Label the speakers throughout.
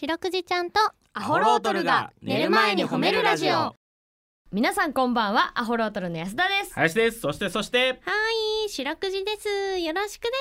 Speaker 1: 白くじちゃんと
Speaker 2: アホロートルが寝る前に褒めるラジオ
Speaker 3: 皆さんこんばんはアホロートルの安田です
Speaker 2: 林ですそしてそして
Speaker 1: はい白くじですよろしくで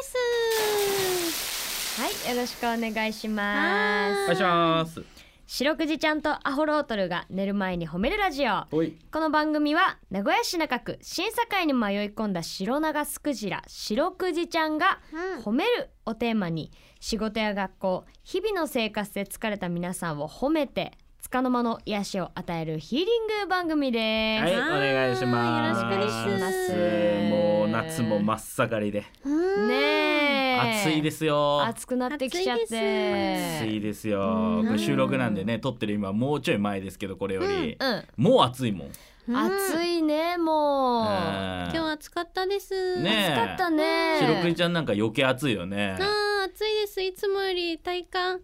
Speaker 1: す
Speaker 3: はいよろしくお願いし
Speaker 1: は
Speaker 3: ま
Speaker 2: お
Speaker 1: ー
Speaker 3: す
Speaker 2: 願いします
Speaker 3: 白くじちゃんとアホロートルが寝る前に褒めるラジオ
Speaker 2: おい
Speaker 3: この番組は名古屋市中区審査会に迷い込んだ白長スクジラ白くじちゃんが
Speaker 1: うん
Speaker 3: 褒めるをテーマに仕事や学校日々の生活で疲れた皆さんを褒めて束の間の癒しを与えるヒーリング番組です、
Speaker 2: はいお
Speaker 1: はい
Speaker 2: 願いします
Speaker 1: よろしくです
Speaker 2: えーもう夏も真っ盛りで
Speaker 1: うん
Speaker 3: ねえ
Speaker 2: 暑いですよ
Speaker 3: 暑くなってきちゃっ
Speaker 1: 暑いで
Speaker 3: て
Speaker 2: 暑いですよ
Speaker 1: うん
Speaker 2: 収録なんでね撮ってる今もうちょい前ですけどこれより
Speaker 3: うん
Speaker 2: もう暑いもん
Speaker 1: うん
Speaker 3: 暑
Speaker 1: い
Speaker 3: いねもう
Speaker 2: 今
Speaker 1: 今日暑かったです
Speaker 2: ねえ
Speaker 3: 暑かったね
Speaker 2: 白くじちゃんなんか余計暑いよね
Speaker 1: あー暑いですいつもより体感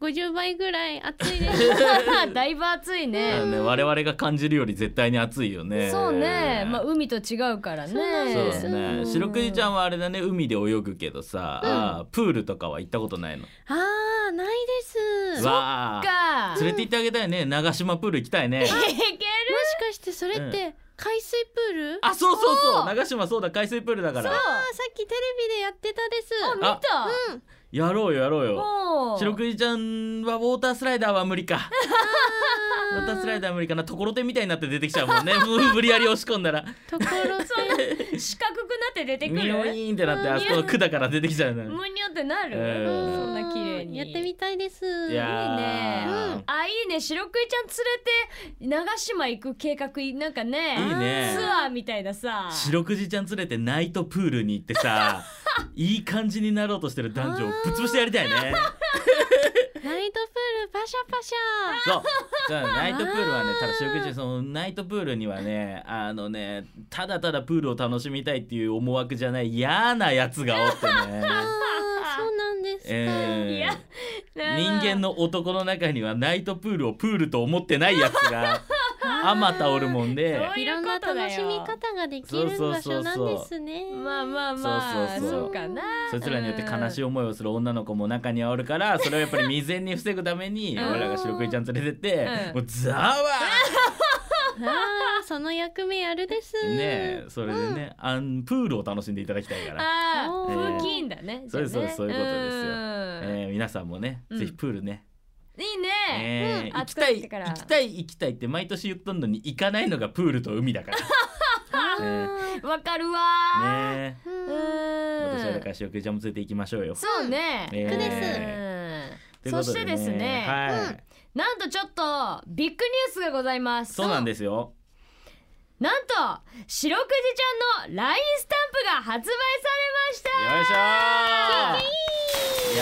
Speaker 1: 50倍ぐらい暑いです
Speaker 3: だいぶ暑いね
Speaker 2: ね我々が感じるより絶対に暑いよね
Speaker 3: そうねまあ海と違うからね
Speaker 1: そうなん
Speaker 2: そう
Speaker 1: で
Speaker 2: だ
Speaker 1: す
Speaker 2: ね白くじちゃんはあれだね海で泳ぐけどさ、あープールとかは行ったことないの、
Speaker 1: あーないですもし
Speaker 2: わあ
Speaker 3: か
Speaker 2: 連れて行ってあげたいね長島プール行きたいね
Speaker 3: いける
Speaker 1: かしてそれっ
Speaker 2: う
Speaker 1: て海水プールあ
Speaker 2: あそうそうそう長島そうだ海水プールだから
Speaker 1: ーさっきテレビでやってたです
Speaker 3: あ見
Speaker 2: あ
Speaker 3: た
Speaker 2: やろうよやろうよ
Speaker 3: もう
Speaker 2: 白くじちゃんはウォータースライダーは無理か
Speaker 1: あ
Speaker 2: ウォー
Speaker 1: ー
Speaker 2: タースライダーは無理かなところてんみたいになって出てきちゃうもんね無無理やり押し込んだら
Speaker 1: ところで
Speaker 3: 四角くなって出てく
Speaker 2: ニ
Speaker 3: る
Speaker 2: ョ イーンってなってあそこの管から出てきちゃうの
Speaker 3: むにょってなる、
Speaker 2: えー
Speaker 3: そんな綺麗に
Speaker 1: やってみたいです
Speaker 2: いやー
Speaker 3: いいね
Speaker 2: うん
Speaker 3: あいいね白くいちゃん連れて長島行く計画なんかね
Speaker 2: いいね
Speaker 3: ツアーみたいなさ
Speaker 2: 白くじちゃん連れてナイトプールに行ってさいい感じになろうとしてる男女をぶっ潰してやりたいね
Speaker 1: ナイトプールパシャパシ
Speaker 2: そう。じゃあナイトプールはね、ただ収録中そのナイトプールにはね、あのね、ただただプールを楽しみたいっていう思惑じゃない嫌なやつがおって ね。
Speaker 1: ャあーそうなんですか、
Speaker 3: い
Speaker 2: え
Speaker 3: や
Speaker 2: ー人間
Speaker 3: の
Speaker 2: の男の中にはナイトプールをプールと思ってないやつ があまたおるもんで
Speaker 3: どう
Speaker 1: いろんな楽しみ方ができる場所なんですね
Speaker 3: まあまあまあ
Speaker 2: そうそうそう
Speaker 3: かな
Speaker 2: そいつらによって悲しい
Speaker 3: い
Speaker 2: 思いをする女の子も中にはおるからそれをやっぱり未然に防ぐために
Speaker 3: うん
Speaker 2: 俺らが白クイちゃん連れてって
Speaker 3: うん
Speaker 2: もうざわ
Speaker 1: あーその役目やるです
Speaker 2: ーねえそれでねあんプールを楽しんでいただきたいから。
Speaker 3: あ
Speaker 1: お
Speaker 3: あ
Speaker 1: ー
Speaker 3: 風紀委員だね
Speaker 2: そうです
Speaker 3: じゃあね
Speaker 2: そうですそういうことですよ
Speaker 3: うん
Speaker 2: えー、皆さんもね、
Speaker 3: うん
Speaker 2: ぜひプールね、
Speaker 3: いいね
Speaker 2: えー
Speaker 3: うん
Speaker 2: 行きたい
Speaker 3: 暑くなってから
Speaker 2: 行きたい行きたいって毎年言っとんのに行かないのがプールと海だ か
Speaker 1: あ
Speaker 3: わかるわ
Speaker 2: らね
Speaker 1: ー
Speaker 3: ー
Speaker 1: うん
Speaker 2: え私はだ
Speaker 3: う
Speaker 2: か
Speaker 3: ん
Speaker 2: ら塩気ちゃんも連れて行きましょうよ。
Speaker 3: そうね
Speaker 2: ね
Speaker 1: 楽です
Speaker 3: う
Speaker 2: と
Speaker 3: ん
Speaker 2: いうこ
Speaker 3: そ
Speaker 2: と
Speaker 3: してですね
Speaker 2: はい、
Speaker 1: うん
Speaker 3: なんとちょっとビッグニュースがございます
Speaker 2: そうなんですよ。
Speaker 3: なんと白くじちゃんの LINE スタンプが発売されました
Speaker 2: よいしょーや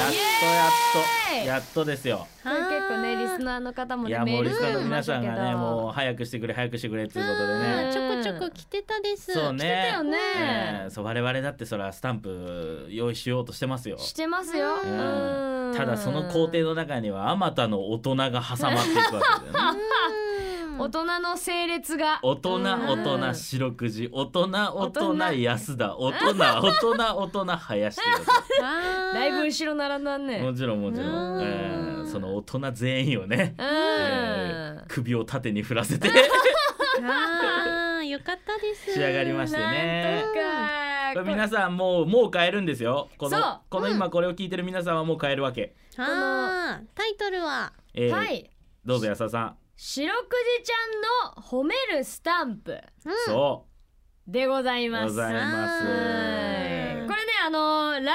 Speaker 2: っとやっと
Speaker 3: イエーイ
Speaker 2: やっとですよ。
Speaker 3: これ結構ねリスナーの方も
Speaker 2: い
Speaker 3: ね
Speaker 2: や
Speaker 3: メ
Speaker 2: も
Speaker 3: ー
Speaker 2: う
Speaker 3: ル
Speaker 2: リ
Speaker 3: し
Speaker 2: ス
Speaker 3: て
Speaker 2: ナーの
Speaker 3: きま
Speaker 2: 皆
Speaker 3: した
Speaker 2: さん
Speaker 3: けど
Speaker 2: がねもう早くしてくれ早くしてくれということで
Speaker 1: あー
Speaker 2: ね。
Speaker 1: ちょこちょこ来てたです
Speaker 2: そうね。
Speaker 3: 来てたよね
Speaker 2: えーそう我々だってそらスタンプ用意しようとしてますよ。
Speaker 3: してますよ、
Speaker 1: う
Speaker 3: うん
Speaker 2: ただその工程の中にはあまたの大人が挟まっていくわけ だよね
Speaker 1: うん
Speaker 3: 大人の整列が
Speaker 2: 大人大
Speaker 3: う
Speaker 2: 人
Speaker 3: ん
Speaker 2: 四六時大人大
Speaker 3: 大
Speaker 2: 人
Speaker 3: 人
Speaker 2: 安田大人大人大人林
Speaker 1: あー
Speaker 3: だいぶ後ろ並んだね
Speaker 2: もちろんもちろ、
Speaker 1: うんん
Speaker 2: えーその大人全員をね、
Speaker 3: うん、
Speaker 2: えー首を縦に振らせ て
Speaker 1: あーよかったです
Speaker 2: 仕上がりましてね
Speaker 3: なんと
Speaker 2: こ
Speaker 3: か
Speaker 2: れ
Speaker 3: こ
Speaker 2: 皆さんもうもう買えるんですよこ
Speaker 3: そう
Speaker 2: のこの今これを聞いてる皆さんはもう買えるわけ、
Speaker 1: あータイトルは
Speaker 2: えー
Speaker 3: はい
Speaker 2: どうぞ安田さん、
Speaker 3: 白くじちゃんの褒めるスタンプ
Speaker 1: うん
Speaker 2: そ
Speaker 3: でございうま
Speaker 2: ご
Speaker 3: す
Speaker 2: ざいます
Speaker 3: はいこれねあのー LINE の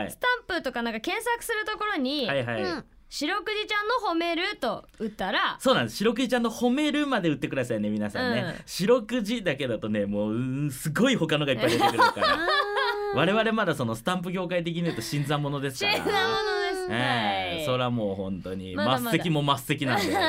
Speaker 2: はい
Speaker 3: スタンプとかなんか検索するところに
Speaker 2: はいはい、
Speaker 1: うん
Speaker 3: 「白くじちゃんの褒める」と打ったら
Speaker 2: そうなんです白くじちゃんの褒めるまで打ってくださいね皆さんね、
Speaker 3: うん
Speaker 2: 白くじだけだとねもううーんすごい他のがいっぱい出てくるか
Speaker 1: あ
Speaker 2: ら
Speaker 1: ー
Speaker 2: 我々まだそのスタンプ業界的に言うと新参者です
Speaker 3: 新
Speaker 2: から
Speaker 3: 参者です
Speaker 2: ええそ
Speaker 3: は
Speaker 2: らもう本当に
Speaker 3: まだまだ
Speaker 2: 末席も末席なんで、
Speaker 3: いは
Speaker 1: あ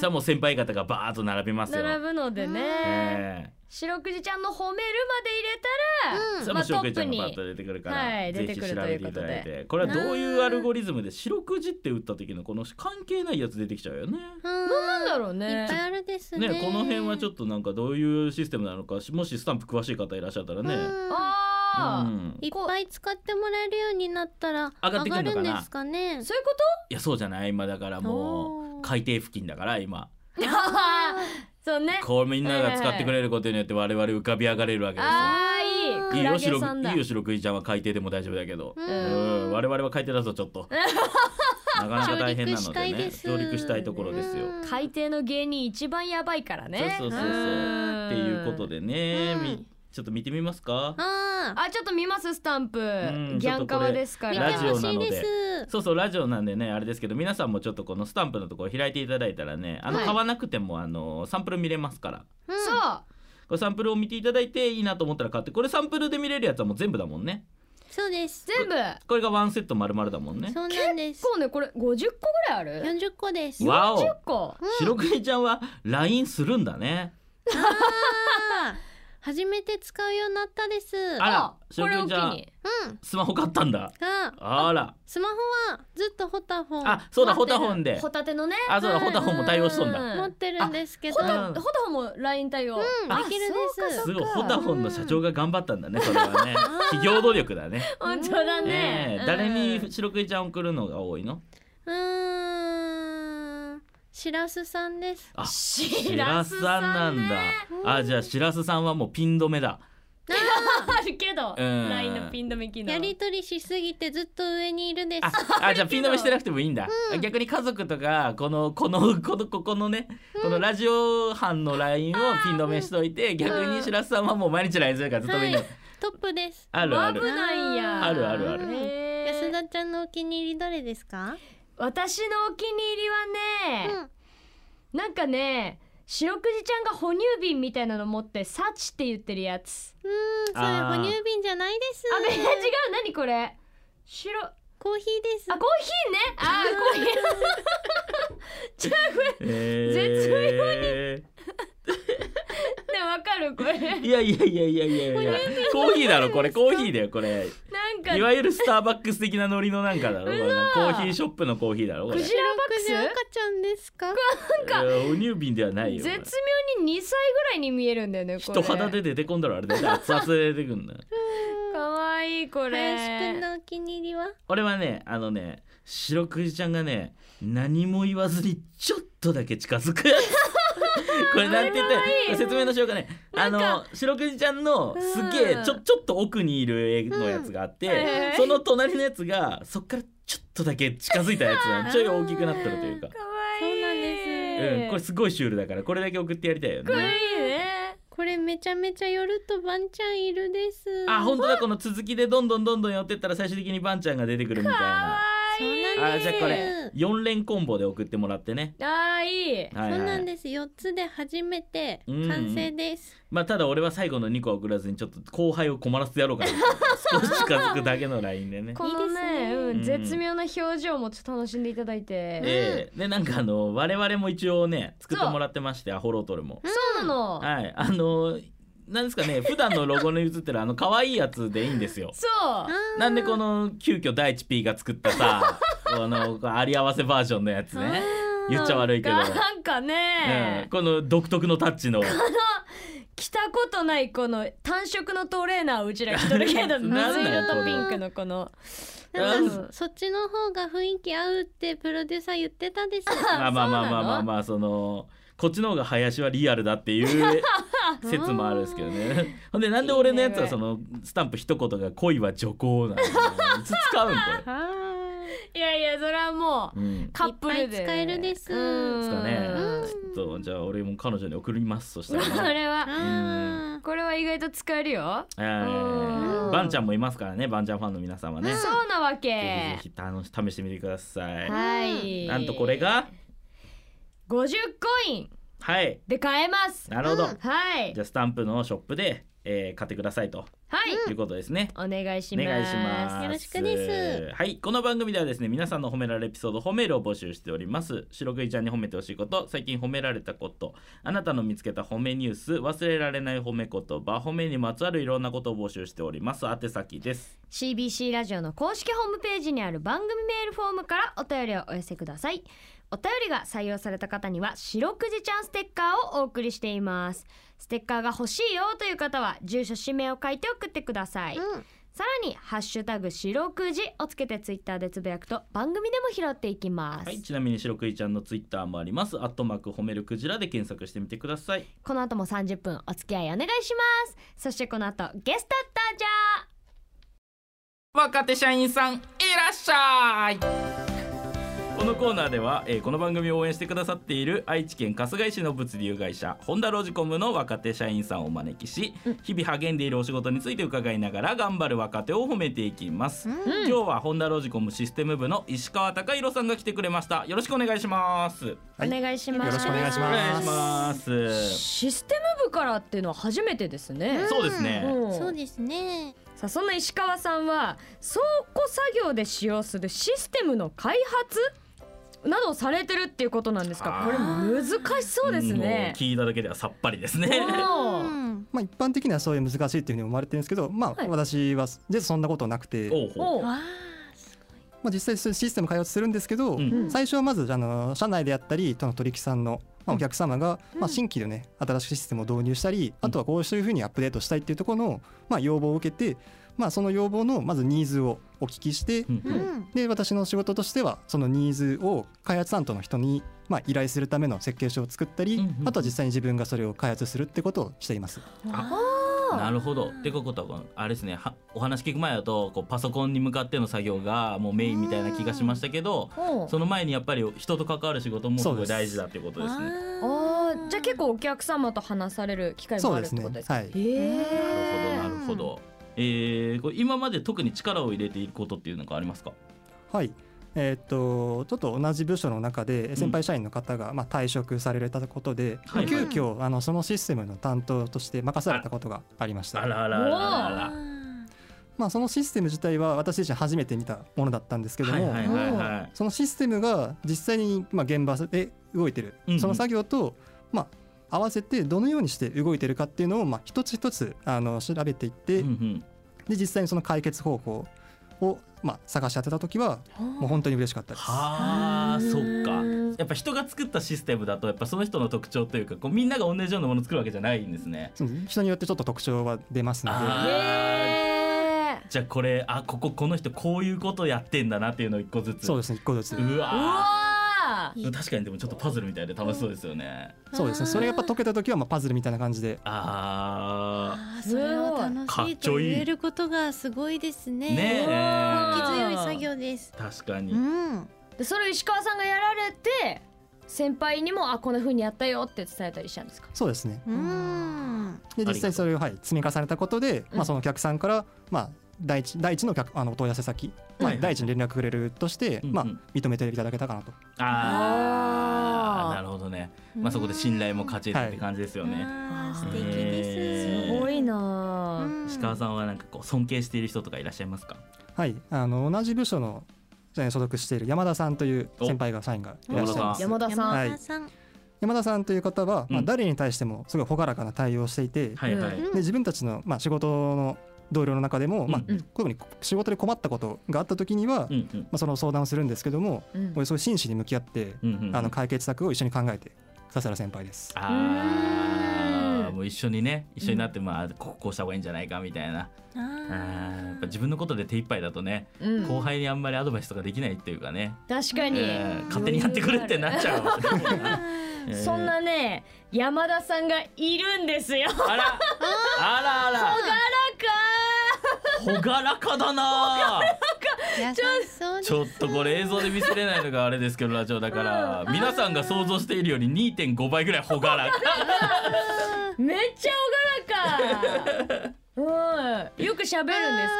Speaker 1: ー
Speaker 2: さあもう先輩方がバーッと並びま
Speaker 3: い
Speaker 2: すよ
Speaker 3: 並ぶのでね
Speaker 2: え
Speaker 3: 白くじちゃんの褒めるまで入れたら、
Speaker 2: え
Speaker 1: うん
Speaker 2: さあも
Speaker 3: ま
Speaker 2: う
Speaker 3: あ
Speaker 2: 白くじちゃんが
Speaker 3: ト
Speaker 2: バ
Speaker 3: ップ
Speaker 2: ーッと
Speaker 3: に
Speaker 2: 出てくるから、
Speaker 3: はい
Speaker 2: ぜ
Speaker 3: 出
Speaker 2: ひ
Speaker 3: て
Speaker 2: 調
Speaker 3: く
Speaker 2: べ
Speaker 3: るという
Speaker 2: ていた
Speaker 3: ことで
Speaker 2: だいてこれはどういうアルゴリズムで白くじって打った時のこの関係ないやつ出てきちゃうよね。
Speaker 1: うん
Speaker 3: なんだろう
Speaker 1: いっぱい
Speaker 3: ね。
Speaker 1: あるですね
Speaker 2: ねこの辺はちょ
Speaker 1: っ
Speaker 2: っとなんかどういうシステムなのかもしスタンプ詳しい方いらっしゃったらね、
Speaker 3: ああ、
Speaker 2: うん
Speaker 1: いっぱい使ってもらえるようになったら
Speaker 2: 上がってくるのかな
Speaker 1: 上んですか ね
Speaker 3: そういうこ
Speaker 2: いやそうじゃない今だからも
Speaker 1: お
Speaker 2: う
Speaker 1: ー
Speaker 2: 海底付近だから今
Speaker 3: と そうね
Speaker 2: こうみんなが使ってくれることによって我々浮かび上がれるわけですよ。
Speaker 3: あーいい
Speaker 2: いい
Speaker 3: クラ
Speaker 2: よ
Speaker 3: ゲ
Speaker 2: 白
Speaker 3: さんだ
Speaker 2: いいよ白クイちゃんは海底でも大丈夫だけど、
Speaker 1: う
Speaker 2: うんん、我々は海底だぞちょっとなかなか大変なのでね上陸したいところですよ。
Speaker 1: うん
Speaker 3: 海底の芸人一番やばいからね
Speaker 2: そうそうそうそうっていうこと
Speaker 3: で
Speaker 2: でね、
Speaker 1: うん
Speaker 2: みちょっと見てみますか
Speaker 1: ああ
Speaker 3: あちょっと見ますスタンプ
Speaker 2: ん
Speaker 3: ギャンカワですか
Speaker 1: 見
Speaker 2: あ
Speaker 1: て
Speaker 3: ら
Speaker 2: ラジオ
Speaker 1: ほ
Speaker 2: な
Speaker 1: しい
Speaker 2: ので
Speaker 1: です
Speaker 2: そうそうラジオなんでねあれですけど皆さんもちょっとこのスタンプのところ開いていただいたらねあの
Speaker 3: はい
Speaker 2: 買わなくてもあのサンプル見れますから
Speaker 1: うん
Speaker 3: そう
Speaker 2: これサンプルを見ていただいていいなと思ったら買ってこれサンプルで見れるやつはもう全部だもんね
Speaker 1: そうです
Speaker 3: 全部結
Speaker 2: これがワンセット丸々だもんね
Speaker 1: そうなんです
Speaker 3: 構ねこれ50個ぐらいある
Speaker 1: 40個です
Speaker 2: わお
Speaker 3: 40個
Speaker 2: 白クイちゃんは LINE するんだね
Speaker 1: あー初めて使うようになったです
Speaker 2: あら
Speaker 3: こ
Speaker 2: 白
Speaker 3: れ
Speaker 2: く
Speaker 3: を
Speaker 2: ん
Speaker 3: 機
Speaker 2: ちゃん
Speaker 3: に
Speaker 1: うん
Speaker 2: スマホ買ったんだ
Speaker 1: が
Speaker 2: あら
Speaker 1: スマホはずっとホタフォン
Speaker 2: あそうだ
Speaker 1: 持
Speaker 2: ホ
Speaker 1: って
Speaker 2: タ
Speaker 1: る
Speaker 2: ホンで
Speaker 3: ホタテのね
Speaker 2: あそうだ
Speaker 1: はい
Speaker 2: ホタホンも対応しとんだ
Speaker 3: うん
Speaker 1: 持ってるんですけど
Speaker 3: ホ
Speaker 2: あ
Speaker 3: タ
Speaker 2: うん
Speaker 3: ホタホンも LINE 対応
Speaker 1: うん
Speaker 3: あ
Speaker 1: できるんです
Speaker 3: そうかそう
Speaker 2: す
Speaker 3: か
Speaker 2: ごいホタホンの社長が頑張ったんだねそれはね
Speaker 1: ん
Speaker 2: 企業努力だね
Speaker 3: 本当だね
Speaker 2: ねえ誰
Speaker 3: うん
Speaker 2: に白クイちゃん送るのが多いの
Speaker 1: うーんしらすさん です
Speaker 2: あ
Speaker 3: し
Speaker 2: しら
Speaker 3: ら
Speaker 2: す
Speaker 3: す
Speaker 2: さ
Speaker 3: さ
Speaker 2: ん
Speaker 3: ん
Speaker 2: なんだあじゃあしらすさんはもうピン止めだ
Speaker 3: あるけど
Speaker 2: うん
Speaker 3: LINE のピン止め機能
Speaker 1: やりとりしすぎてずっと上にいるです
Speaker 2: ああじゃあピン止めしてなくてもいいんだ、逆に家族とかこのこのこのここのね、このラジオ班の LINE をピン止めしといて、逆にしらすさんはもう毎日 LINE するからずっと見に、
Speaker 1: はいトップです
Speaker 2: あるある
Speaker 3: マブなんや
Speaker 2: あるあるある
Speaker 3: へー
Speaker 1: 安田ちゃんのお気に入りどれですか
Speaker 3: 私のお気に入りはね、
Speaker 1: うん
Speaker 3: なんかね白くじちゃんが哺乳瓶みたいなの持って「サチ」って言ってるやつ
Speaker 1: うんそれ
Speaker 2: あー
Speaker 1: 哺乳瓶じゃないです
Speaker 3: あめっちゃ違う何これ白あ
Speaker 1: コーヒーです
Speaker 3: コーヒーねあーコーヒー
Speaker 2: え
Speaker 3: 絶
Speaker 2: ー
Speaker 3: ねわかるこ れなん
Speaker 2: いやいやいやいやいやいやコーヒーだろこれコーヒーだよこれい
Speaker 3: か
Speaker 2: わゆるスターバックス的なノリのなんかだろこれコーヒーショップのコーヒーだろこれ
Speaker 3: クジラバックス
Speaker 1: 白くじ赤ちゃんですか
Speaker 2: いや哺乳瓶ではないよ
Speaker 3: 絶妙に2歳ぐらいに見えるんだよねこ
Speaker 2: 人
Speaker 3: れ
Speaker 2: 肌で出てこんだろあれだよ熱々で出てくんだ
Speaker 3: かわいいこ
Speaker 1: 林くん
Speaker 3: れ
Speaker 1: のお気に入りは
Speaker 2: 俺はねあのね白くじちゃんがね何も言わずにちょっとだけ近づく これなんて言ったら説明のしようかねあの白くじちゃんのすげ
Speaker 3: う
Speaker 2: え
Speaker 3: ん
Speaker 2: ちょちょっと奥にいる絵のやつがあって、
Speaker 3: うんはいはい
Speaker 2: その隣のやつがそっからちょっとだけ近づいたやつなのちょい大きくなってるというか
Speaker 3: か、わいい
Speaker 1: そうなんです
Speaker 2: うん、これすごいシュールだからこれだけ送ってやりたいよ
Speaker 3: こ
Speaker 2: ね。
Speaker 3: れいいね
Speaker 1: これめちゃめちゃ夜とバンちゃんいるです
Speaker 2: あ本当だこの続きでどんどんどんどん寄ってったら最終的にバンちゃんが出てくるみたいな。
Speaker 3: あ
Speaker 1: そうなん
Speaker 3: いい
Speaker 1: だ
Speaker 2: あじゃあこれ4連コンボで送ってもらってね、
Speaker 3: あーいい
Speaker 2: はいはい
Speaker 1: そうなんです4つで初めて
Speaker 2: うん
Speaker 1: 完成です
Speaker 2: まあただ俺は最後の2個は送らずにちょっと後輩を困らせてやろうかな少し近づくだけのラインで ね
Speaker 3: このね
Speaker 1: いいですね
Speaker 3: うん
Speaker 2: うん
Speaker 3: 絶妙な表情もちょっと楽しんでいただいて、
Speaker 2: ででなんかあの我々も一応ね作ってもらってましてアホロートルも
Speaker 3: そうなの、
Speaker 2: はいあのなんですかね普段のロゴに映ってるあの可愛いやつでいいんですよ
Speaker 3: そ
Speaker 1: あ
Speaker 3: う
Speaker 1: ー
Speaker 2: なんでこの急遽第一 P が作ったさこのあり合わせバージョンのやつね
Speaker 1: あー
Speaker 2: 言っちゃ悪いけど、
Speaker 3: なんか
Speaker 2: うん
Speaker 3: ね、
Speaker 2: この独特のタッチの
Speaker 3: 着たことないこの単色のトレーナーをうちら着とるけ
Speaker 2: な
Speaker 3: ど
Speaker 2: ん
Speaker 3: 水
Speaker 2: なん
Speaker 3: 色とピンクのこの
Speaker 1: なん
Speaker 2: う
Speaker 1: かそっちの方が雰囲気合うってプロデューサー言ってたです。
Speaker 2: まあまあまあまあまあまあそのこっちの方が林はリアルだっていう 説もあるんですけどね。ほんでなんで俺のやつはそのスタンプ一言が恋は女行なんだよね。いつ使うんこれ。
Speaker 3: いやいやそれはも う
Speaker 2: うん。
Speaker 3: カップルで
Speaker 1: いっぱい使えるです
Speaker 3: うん
Speaker 2: ですかね
Speaker 3: うん。
Speaker 2: ちょっとじゃあ俺も彼女に送りますそした ら
Speaker 3: そ
Speaker 2: ね。
Speaker 3: れは
Speaker 1: あー
Speaker 3: これは意外と使えるよ、
Speaker 2: は
Speaker 3: うん
Speaker 2: い。バンちゃんもいますからね。バンちゃんファンの皆さんはね。ぜ
Speaker 3: そうなわ
Speaker 2: ひ
Speaker 3: け
Speaker 2: ぜひ楽し試してみてください。
Speaker 3: はい
Speaker 2: なんとこれが
Speaker 3: 50コイン
Speaker 2: はい。
Speaker 3: で買えます
Speaker 2: なるほど。
Speaker 3: はい
Speaker 2: じゃあスタンプのショップで、えー買ってくださいと
Speaker 3: はい、
Speaker 2: いうことですね。
Speaker 3: お願いし
Speaker 2: お
Speaker 3: ます
Speaker 2: 願いします。
Speaker 1: よろしくです。
Speaker 2: はい、この番組ではですね、皆さんの褒められエピソード、褒めるを募集しております。白くいちゃんに褒めてほしいこと、最近褒められたこと、あなたの見つけた褒めニュース、忘れられない褒め言葉、褒めにまつわるいろんなことを募集しております。宛先です。
Speaker 3: CBC ラジオの公式ホームページにある番組メールフォームからお便りをお寄せくださいお便りが採用された方には「白くじちゃんステッカー」をお送りしていますステッカーが欲しいよという方は住所氏名を書いて送ってください、
Speaker 1: うん
Speaker 3: さらにハッシュタグ白くじをつけてツイッターでつぶやくと番組でも拾っていきます、
Speaker 2: はい、ちなみに白クイちゃんのツイッターもあります。アットマーク褒めるクジラで検索してみてください。
Speaker 3: この後も30分お付き合いお願いしますそしてこの後ゲスト登場
Speaker 2: 若手社員さんいらっしゃいこのコーナーでは、えーこの番組を応援してくださっている愛知県春日井市の物流会社ホンダロジコムの若手社員さんをお招きし、日々励んでいるお仕事について伺いながら頑張る若手を褒めていきます、
Speaker 3: ん
Speaker 2: 今日はホンダロジコムシステム部の石川貴弘さんが来てくれましたよろしくお願いします
Speaker 4: はい
Speaker 3: お願いします
Speaker 4: よろしくお願いし
Speaker 2: お
Speaker 4: ます
Speaker 2: 願いします
Speaker 3: システム部からっていうのは初めてですね、
Speaker 2: そうですね、
Speaker 3: うん
Speaker 1: そうですね
Speaker 3: さあそんな石川さんは倉庫作業で使用するシステムの開発などをされてるっていうことなんですが
Speaker 2: あー
Speaker 3: これ難しそうです
Speaker 2: も
Speaker 3: ね
Speaker 2: う。聞いただけではさっぱりですね
Speaker 1: う
Speaker 3: おー
Speaker 1: ん
Speaker 4: まあ、一般的にはそういう難しいっていうふうに思われてるんですけど、まあ
Speaker 3: はい
Speaker 4: 私は実はそんなことなくて、
Speaker 2: おうほう
Speaker 3: おー
Speaker 1: わあす
Speaker 4: まあ、実際そういうシステム開発するんですけど、
Speaker 2: うん
Speaker 3: うん
Speaker 4: 最初はまずあの社内であったり他の取引さんの、まあ、お客様が、
Speaker 1: うん
Speaker 4: まあ、新規でね新しいシステムを導入したり、あとはこういうふうにアップデートしたいっていうところの、まあ、要望を受けて、まあ、その要望のまずニーズをお聞きして、
Speaker 2: うん
Speaker 1: ごいうん
Speaker 4: で私の仕事としてはそのニーズを開発担当の人に、まあ、依頼するための設計書を作ったり、
Speaker 2: うんうん
Speaker 4: あとは実際に自分がそれを開発するってことをしています。
Speaker 2: なるほど。ってことはこのあれですねはお話聞く前だとこうパソコンに向かっての作業がもうメインみたいな気がしましたけど
Speaker 3: おー
Speaker 2: その前にやっぱり人と関わる仕事もす
Speaker 4: そ
Speaker 2: ご
Speaker 4: う
Speaker 2: い
Speaker 4: です
Speaker 2: 大事だっていうことですね。
Speaker 3: あーじゃあ結構お客様と話される機会もあるってことですか。
Speaker 4: そうです
Speaker 2: なる
Speaker 3: へー
Speaker 2: ほどなるほど。えー、これ今まで特に力を入れていることっていうのがありますか
Speaker 4: はいえーっとちょっと同じ部署の中で
Speaker 2: ん
Speaker 4: 先輩社員の方が、まあ、退職されたことで、
Speaker 2: はい
Speaker 4: 急遽あのそのシステムの担当として任されたことがありまし
Speaker 2: あ
Speaker 4: た
Speaker 2: らあらあらあ
Speaker 1: あ
Speaker 2: ら。
Speaker 4: まあ、そのシステム自体は私自身初めて見たものだったんですけど
Speaker 2: はい
Speaker 4: も、
Speaker 2: はいはいはい。
Speaker 4: そのシステムが実際に、まあ、現場で動いてる、
Speaker 2: うんうん
Speaker 4: その作業と、まあ、合わせてどのようにして動いてるかっていうのを、まあ、一つ一つあの調べていって、
Speaker 2: うんうん
Speaker 4: で実際にその解決方法を、まあ、探し当てた時はもう本当に嬉しかったです。
Speaker 2: はあそっか
Speaker 3: うん
Speaker 2: やっぱ人が作ったシステムだとやっぱその人の特徴というかこうみんなが同じようなものを作るわけじゃないんですね。
Speaker 4: そうですね人によってちょっと特徴は出ますので
Speaker 2: あー
Speaker 3: へー
Speaker 2: じゃあこれあこここの人こういうことやってんだなっていうのを一個ずつ
Speaker 4: そうですね一個ずつ
Speaker 2: う
Speaker 3: う
Speaker 2: わ
Speaker 3: わ
Speaker 2: ー確かにでもちょっとパズルみたいで楽しそうですよね、
Speaker 4: そうですねそれがやっぱ解けた時はまあパズルみたいな感じで
Speaker 2: あ
Speaker 1: あーそれを楽しいと言えることがすごいです
Speaker 2: ーね
Speaker 1: ね根
Speaker 2: え
Speaker 1: 気強い作業です
Speaker 2: 確か
Speaker 1: う
Speaker 2: に
Speaker 1: ん
Speaker 3: ーでそれを石川さんがやられて先輩にもあこんな風にやったよって伝えたりしたんですか。
Speaker 4: そうですね
Speaker 1: うん
Speaker 2: ありが
Speaker 4: で
Speaker 2: とう
Speaker 4: 実際それを、はい、積み重ねたことで、
Speaker 3: う
Speaker 4: ま
Speaker 3: ん
Speaker 4: あ、そのお客さんから、まあ、第一第一のお客あのお問い合わせ先、ま
Speaker 2: はいは
Speaker 4: あ、
Speaker 2: い
Speaker 4: 第一に連絡くれるとして、
Speaker 2: うんうん
Speaker 4: まあ、認めていただけたかなと
Speaker 2: あ
Speaker 3: あ
Speaker 2: あ
Speaker 3: ー
Speaker 2: なるほどねまあそこで信頼も勝ち得たって感じですよね、
Speaker 1: あー素
Speaker 3: うん
Speaker 1: 敵です
Speaker 2: へー
Speaker 3: すごいなー。
Speaker 2: 石川さんはなんかこう尊敬している人とかいらっしゃいますか
Speaker 4: はいあの同じ部署のえー所属している山田さんという先輩が社員がいらっしゃいます
Speaker 3: 山田さん。
Speaker 1: 山田さん
Speaker 4: 山田さんという方は、ま
Speaker 2: う
Speaker 4: あ、
Speaker 2: ん
Speaker 4: 誰に対してもすごい朗らかな対応をしていて、
Speaker 2: はいはい、
Speaker 1: うん
Speaker 4: で自分たちの、まあ、仕事の同僚の中でも、まあ
Speaker 2: うん
Speaker 3: うん
Speaker 4: こういうふうに仕事で困ったことがあった時には、
Speaker 2: う
Speaker 4: ま
Speaker 2: んうん
Speaker 4: あ、その相談をするんですけども、
Speaker 3: うん
Speaker 4: これそういう真摯に向き合って、
Speaker 2: うんうん
Speaker 4: あの解決策を一緒に考えて笹原先輩です。
Speaker 2: あ
Speaker 3: う
Speaker 2: ー
Speaker 3: ん
Speaker 2: もう一緒にね一緒になってまあこここうした方がいいんじゃないかみたいな、
Speaker 1: あ
Speaker 2: あ
Speaker 1: ー
Speaker 2: ーやっぱ自分のことで手一杯だとね
Speaker 3: うん
Speaker 2: 後輩にあんまりアドバイスとかできないっていうかね、
Speaker 3: 確かに、
Speaker 2: えー勝手にやってくれってなっちゃう、えー
Speaker 3: そんなね山田さんがいるんですよ
Speaker 2: あら、あらあら、ほがらかだな。
Speaker 1: 優しそうです
Speaker 2: ちょっとこれ映像で見せれないのがあれですけど、ラジオだから、皆さんが想像しているより2.5倍ぐらいほがらか。
Speaker 3: めっちゃ朗ら かうんよく喋るんです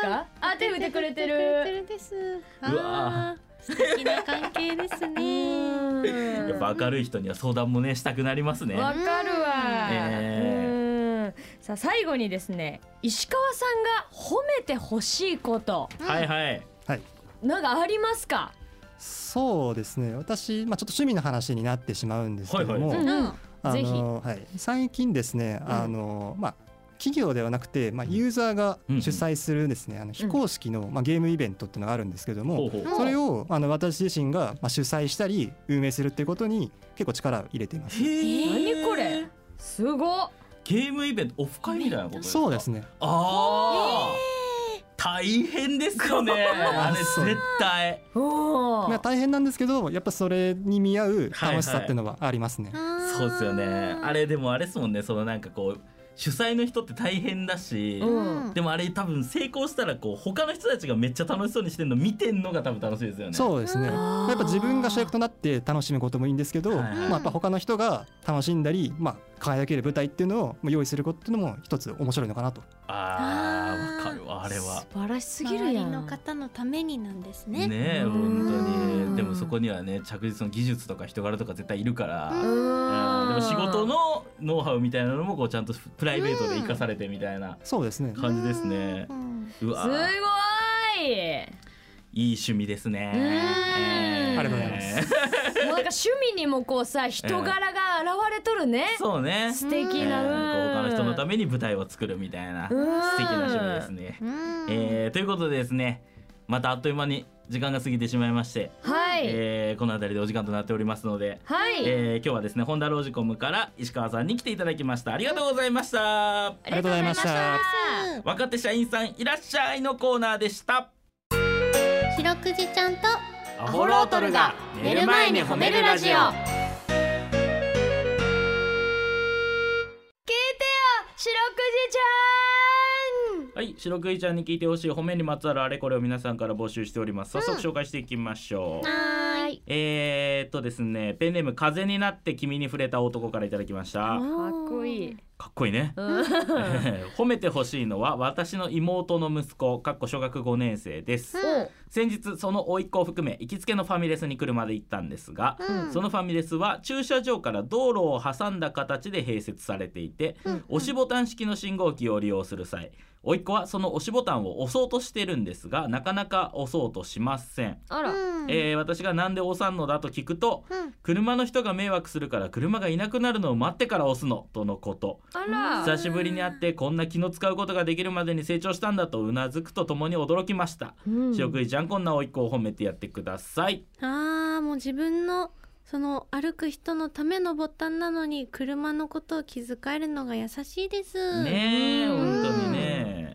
Speaker 3: かあ手振ってくれてる
Speaker 1: 手振ってくれてです
Speaker 2: うわ
Speaker 1: あー素敵な関係ですね
Speaker 3: うん
Speaker 2: やっぱ明るい人には相談もね、したくなりますね。
Speaker 3: わかるわ、
Speaker 2: え
Speaker 3: うんさあ最後にですね石川さんが褒めてほしいこと
Speaker 2: はいはい。
Speaker 4: はい、
Speaker 3: なんかありますか、
Speaker 4: そうですね私、まあ、ちょっと趣味の話になってしまうんですけども、
Speaker 2: はい
Speaker 3: うん
Speaker 4: あ
Speaker 3: ぜひ
Speaker 4: のはい、最近ですねあの、まあ、企業ではなくて、まあ、ユーザーが
Speaker 2: うん
Speaker 4: 主催するですね、あの非公式の、まあ、ゲームイベントっていうのがあるんですけども、
Speaker 2: ほうほう。
Speaker 4: それをあの私自身がまあ主催したり運営するっていうことに結構力を入れています。
Speaker 2: へー
Speaker 3: 何これすごっ
Speaker 2: ゲームイベントオフ会みたいなことですか
Speaker 4: そうですね
Speaker 2: ああ大変ですよねあれ
Speaker 4: そう
Speaker 2: 絶対
Speaker 3: おお、
Speaker 4: まあ、大変なんですけどやっぱそれに見合う楽しさっていうのはありますね、
Speaker 2: そうですよねあ
Speaker 1: れ、
Speaker 2: れでもあれですもんねそのなんかこう主催の人って大変だし、
Speaker 3: うん
Speaker 2: でもあれ多分成功したらこう他の人たちがめっちゃ楽しそうにしてるの見てんのが多分楽しいですよね。
Speaker 4: そうですね
Speaker 1: うん
Speaker 4: やっぱ自分が主役となって楽しむこともいいんですけど、
Speaker 2: はい
Speaker 4: ま
Speaker 2: はい
Speaker 4: あ、やっぱ他の人が楽しんだり、まあ、輝ける舞台っていうのをまあ用意することっていうのも一つ面白いのかなと
Speaker 2: あー
Speaker 1: あー
Speaker 2: わかるわあれは
Speaker 3: 素。晴らしすぎ
Speaker 1: 周
Speaker 3: るや
Speaker 1: り
Speaker 3: ん。
Speaker 1: の方のためになんですね。
Speaker 2: ねえ
Speaker 3: うん
Speaker 2: 本当にでもそこにはね着実の技術とか人柄とか絶対いるから、
Speaker 1: う
Speaker 3: う
Speaker 1: 方
Speaker 2: うんで
Speaker 3: ん。
Speaker 2: も仕事のノウハウみたいなのもこうちゃんとプライベートで生かされてみたいな
Speaker 4: そうですね
Speaker 2: 感じですね
Speaker 1: う。ん
Speaker 2: う
Speaker 3: す
Speaker 2: わ
Speaker 3: ご
Speaker 2: ー
Speaker 3: い。
Speaker 2: いい趣味ですね。
Speaker 3: うん
Speaker 2: えー
Speaker 4: ありがとうございます。
Speaker 3: もうなんか趣味にもこうさ人柄が現れとるね。
Speaker 2: そうね。
Speaker 3: 素敵
Speaker 2: えー
Speaker 3: な。うん
Speaker 2: なんか他の人のために舞台を作るみたいな素
Speaker 3: うん
Speaker 2: 敵な趣味ですね。
Speaker 1: うん
Speaker 2: えーということでですねまたあっという間に時間が過ぎてしまいまして、
Speaker 3: はい、
Speaker 2: えーこの辺りでお時間となっておりますので、
Speaker 3: はい、
Speaker 2: えー今日はですねホンダロージコムから石川さんに来ていただきましたありがとうございました、
Speaker 3: あ
Speaker 4: りがとうございました
Speaker 2: 若手社員さんいらっしゃいのコーナーでした
Speaker 1: 白くじちゃんと
Speaker 2: ア
Speaker 1: ホロートルが寝る前に褒めるラジオ
Speaker 3: 聞いてよ白くじち
Speaker 2: はい白クイちゃんに聞いてほしい褒めにまつわるあれこれを皆さんから募集しております早速紹介していきましょう、
Speaker 3: ゃん
Speaker 1: は
Speaker 3: は
Speaker 1: ー
Speaker 3: い
Speaker 2: えー、っとですねペンネーム風になって君に触れた男からいただきました
Speaker 3: かっこいい、
Speaker 2: かっこいいね
Speaker 3: うん、
Speaker 2: え ー褒めてほしいのは私の妹の息子かっこ小学5年生です
Speaker 1: うん
Speaker 2: 先日その甥っ子を含め行きつけのファミレスに車で行ったんですが
Speaker 1: うん
Speaker 2: そのファミレスは駐車場から道路を挟んだ形で併設されていて
Speaker 1: うん
Speaker 2: 押しボタン式の信号機を利用する際甥っ子はその押しボタンを押そうとしてるんですがなかなか押そうとしません、
Speaker 3: あら、
Speaker 1: うん
Speaker 2: えー私がなんで押さんのだと聞くと
Speaker 1: うん
Speaker 2: 車の人が迷惑するから車がいなくなるのを待ってから押すのとのこと
Speaker 3: あら
Speaker 2: 久しぶりに会ってこんな気の使うことができるまでに成長したんだとうなずくとともに驚きました、
Speaker 3: うん
Speaker 2: 白くいちゃんこんな甥っ子を褒めてやってください
Speaker 1: あーもう自分のその歩く人のためのボタンなのに車のことを気遣えるのが優しいです。
Speaker 2: ねえ
Speaker 3: うん
Speaker 2: 本当にね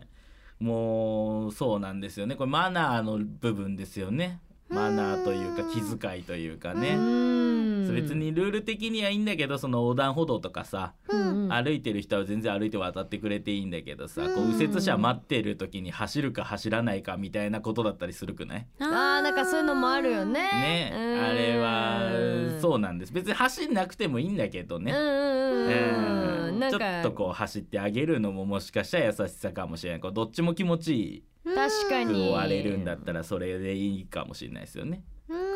Speaker 2: もうそうなんですよねこれマナーの部分ですよねマナーというか
Speaker 1: うん
Speaker 2: 気遣いというか
Speaker 3: う
Speaker 2: ね
Speaker 3: ん
Speaker 2: 別にルール的にはいいんだけどその横断歩道とかさ
Speaker 1: うん
Speaker 2: 歩いてる人は全然歩いて渡ってくれていいんだけどさこ
Speaker 1: う
Speaker 2: うん右折車待ってる時に走るか走らないかみたいなことだったりするくない
Speaker 1: あー
Speaker 3: あーなんかそういうのもあるよね
Speaker 2: ね、
Speaker 3: うん
Speaker 2: あれはそううなんです別に走んなくてもいいんだけど
Speaker 3: うん
Speaker 2: ね、
Speaker 3: うんうん、
Speaker 2: うん
Speaker 3: なん
Speaker 2: ちょ
Speaker 3: か
Speaker 2: っとこう走ってあげるのももしかしたら優しさかもしれないこうどっちも気持ち
Speaker 1: うん
Speaker 3: 確か
Speaker 2: いい
Speaker 3: に
Speaker 2: く終われるんだったらそれでいいかもしれないですよね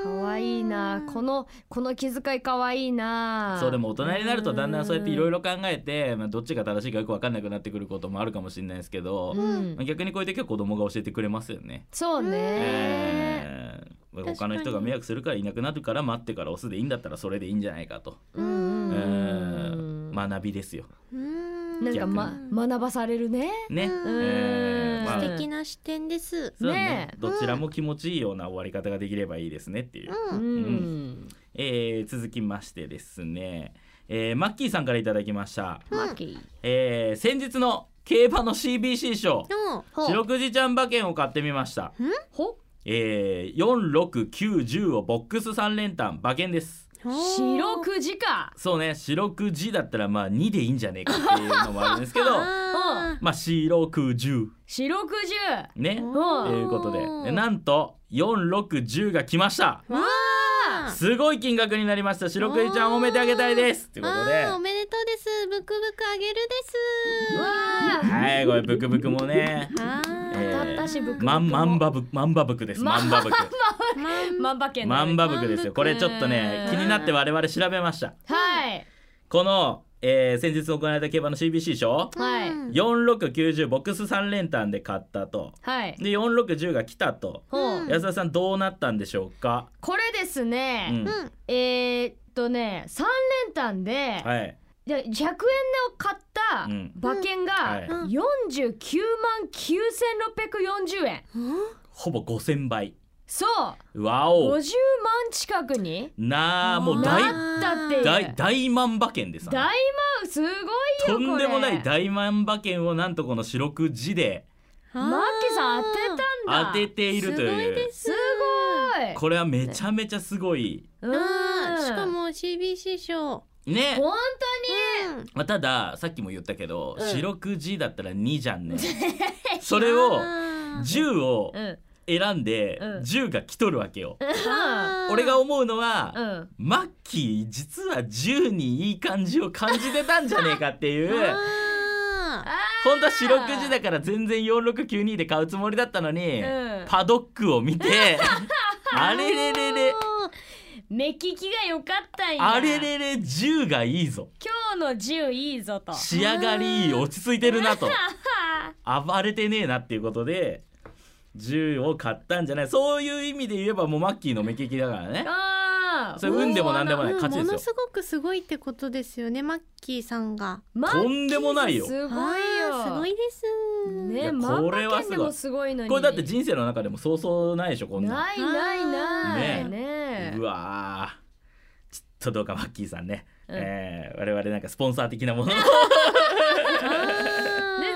Speaker 3: 可愛いなこ
Speaker 1: の
Speaker 3: のこの気遣い可愛いな
Speaker 2: そうでも大人になるとだんだんそうやっていろい
Speaker 3: ろ
Speaker 2: ろ考えて、まあ、どっちが正しいかよく分かんなくなってくることもあるかもしれないですけど、まあ逆にこういう時は子供が教えてくれますよね。
Speaker 3: そうね、
Speaker 2: えーまあ
Speaker 1: 確か
Speaker 2: 他
Speaker 1: に
Speaker 2: の人が迷惑するからいなくなるから待ってから押すでいいんだったらそれでいいんじゃないかと、
Speaker 3: うんうん
Speaker 2: え
Speaker 3: うん
Speaker 2: ー学びですよ。
Speaker 1: うん
Speaker 3: なんか、ま、学ばされるね
Speaker 2: ね、
Speaker 1: うん
Speaker 2: えーまあ
Speaker 1: 素敵な視点です。
Speaker 2: そうね
Speaker 3: ねえ
Speaker 2: どちらも気持ちいいような終わり方ができればいいですねっていう、
Speaker 3: うん、
Speaker 2: えー続きましてですね、えーマッキーさんからいただきました、
Speaker 3: マッキー
Speaker 2: えー先日の競馬の CBC 賞
Speaker 1: の
Speaker 2: 白くじちゃん馬券を買ってみました、
Speaker 3: ほ
Speaker 2: えー、46910をボックス3連単馬券です
Speaker 3: 白くじか
Speaker 2: そうね白くじだったらまあ2でいいんじゃねえかっていうのもあるんですけど
Speaker 1: あ
Speaker 2: まあ白く10
Speaker 3: 白くじ
Speaker 2: ね
Speaker 1: ー
Speaker 3: うん
Speaker 2: ということででなんと4610が来ました
Speaker 1: わあ
Speaker 2: すごい金額になりました白クイちゃん
Speaker 1: お
Speaker 2: 褒
Speaker 1: ー
Speaker 2: めてあげたいですということで
Speaker 1: あーおめでとうですブクブクあげる
Speaker 3: う
Speaker 1: で
Speaker 3: わー
Speaker 2: はいこれブクブクもね
Speaker 1: すあー
Speaker 2: え
Speaker 3: 当たったしブクブクも
Speaker 2: マンマンバブマンバブクですマンバブク
Speaker 1: まん
Speaker 3: 万馬券
Speaker 2: マンバブクです
Speaker 1: マンバブ
Speaker 2: よ
Speaker 1: ク
Speaker 2: これちょっとね気になって我々調べました
Speaker 3: はい
Speaker 2: この、えー先日行われた競馬の CBC 賞
Speaker 3: はい
Speaker 1: うん
Speaker 2: 4690ボックス3連単で買ったと
Speaker 3: はい
Speaker 2: で4610が来たと
Speaker 3: ほう
Speaker 2: 安田さんどうなったんでしょうか、
Speaker 3: これです
Speaker 2: う
Speaker 3: ね、
Speaker 2: ん
Speaker 1: うん
Speaker 3: えー、っとね三連単で、
Speaker 2: はい
Speaker 3: じゃ100円で買った
Speaker 2: うん
Speaker 3: 馬券が
Speaker 2: はい
Speaker 3: 49万9640円
Speaker 2: ほぼ5000倍
Speaker 3: そう
Speaker 2: わお
Speaker 3: 50万近くに
Speaker 2: なあもう
Speaker 1: だい
Speaker 2: 大
Speaker 3: なったっていう
Speaker 2: 大大万馬券です
Speaker 3: 大魔王すすごいよこれ
Speaker 2: とんでもない大万馬券をなんとこの四六時で
Speaker 1: マ
Speaker 3: マッキーさん当てたんだ
Speaker 2: 当てていると
Speaker 1: すごい
Speaker 2: いう
Speaker 1: ですす
Speaker 3: ごい
Speaker 2: これはめちゃめちゃすごい
Speaker 3: うん
Speaker 1: しかも CBC 賞
Speaker 2: ね
Speaker 3: 本
Speaker 1: うん
Speaker 2: まあたださっきも言ったけど
Speaker 3: うん
Speaker 2: 四六時だったら2じゃ んねそ
Speaker 1: こ
Speaker 2: れを10を
Speaker 3: 当にうん
Speaker 2: 選んで
Speaker 3: うん
Speaker 2: 10が来とるわけよ
Speaker 3: う
Speaker 2: 俺が思うのは
Speaker 3: んうん
Speaker 2: マッキー実は10にいい感じを感じてたんじゃねえかって いう
Speaker 1: あ
Speaker 3: あ
Speaker 2: 本当は四六時だから全然4692で買うつもりだったのに、
Speaker 3: うん
Speaker 2: パドックを見 てあれれれれ
Speaker 3: ー目利きが良かったんや
Speaker 2: あれれれ10がいいぞ
Speaker 3: 今日の10いいぞ と
Speaker 2: 仕上がりいい落ち着いてるなと暴れてねえなっていうことで10を買ったんじゃないそういう意味で言えばもうマッキーの目利きだからね
Speaker 3: あ
Speaker 2: それ運でもなんでもない勝ち
Speaker 1: も
Speaker 2: で
Speaker 1: の
Speaker 2: す
Speaker 1: す
Speaker 2: よ
Speaker 1: ごくすごいってことですよねマッキーさんが
Speaker 3: マッキー
Speaker 2: とんでもないよ
Speaker 3: すごい
Speaker 1: あ
Speaker 3: よ
Speaker 1: ーすごいです
Speaker 2: い
Speaker 3: ね
Speaker 2: や
Speaker 3: マ
Speaker 2: こ
Speaker 3: ン
Speaker 2: れ
Speaker 3: バ
Speaker 2: は
Speaker 3: ケ
Speaker 2: すごい
Speaker 3: ンでもすごいのに
Speaker 2: これだって人生の中でもそうそうないでしょこんな
Speaker 3: ないないな
Speaker 2: ね
Speaker 3: いね
Speaker 2: うわーちょっとどうかマッキーさんね、
Speaker 3: うん
Speaker 2: えー我々なんかスポンサー的なものを
Speaker 1: 全
Speaker 3: 全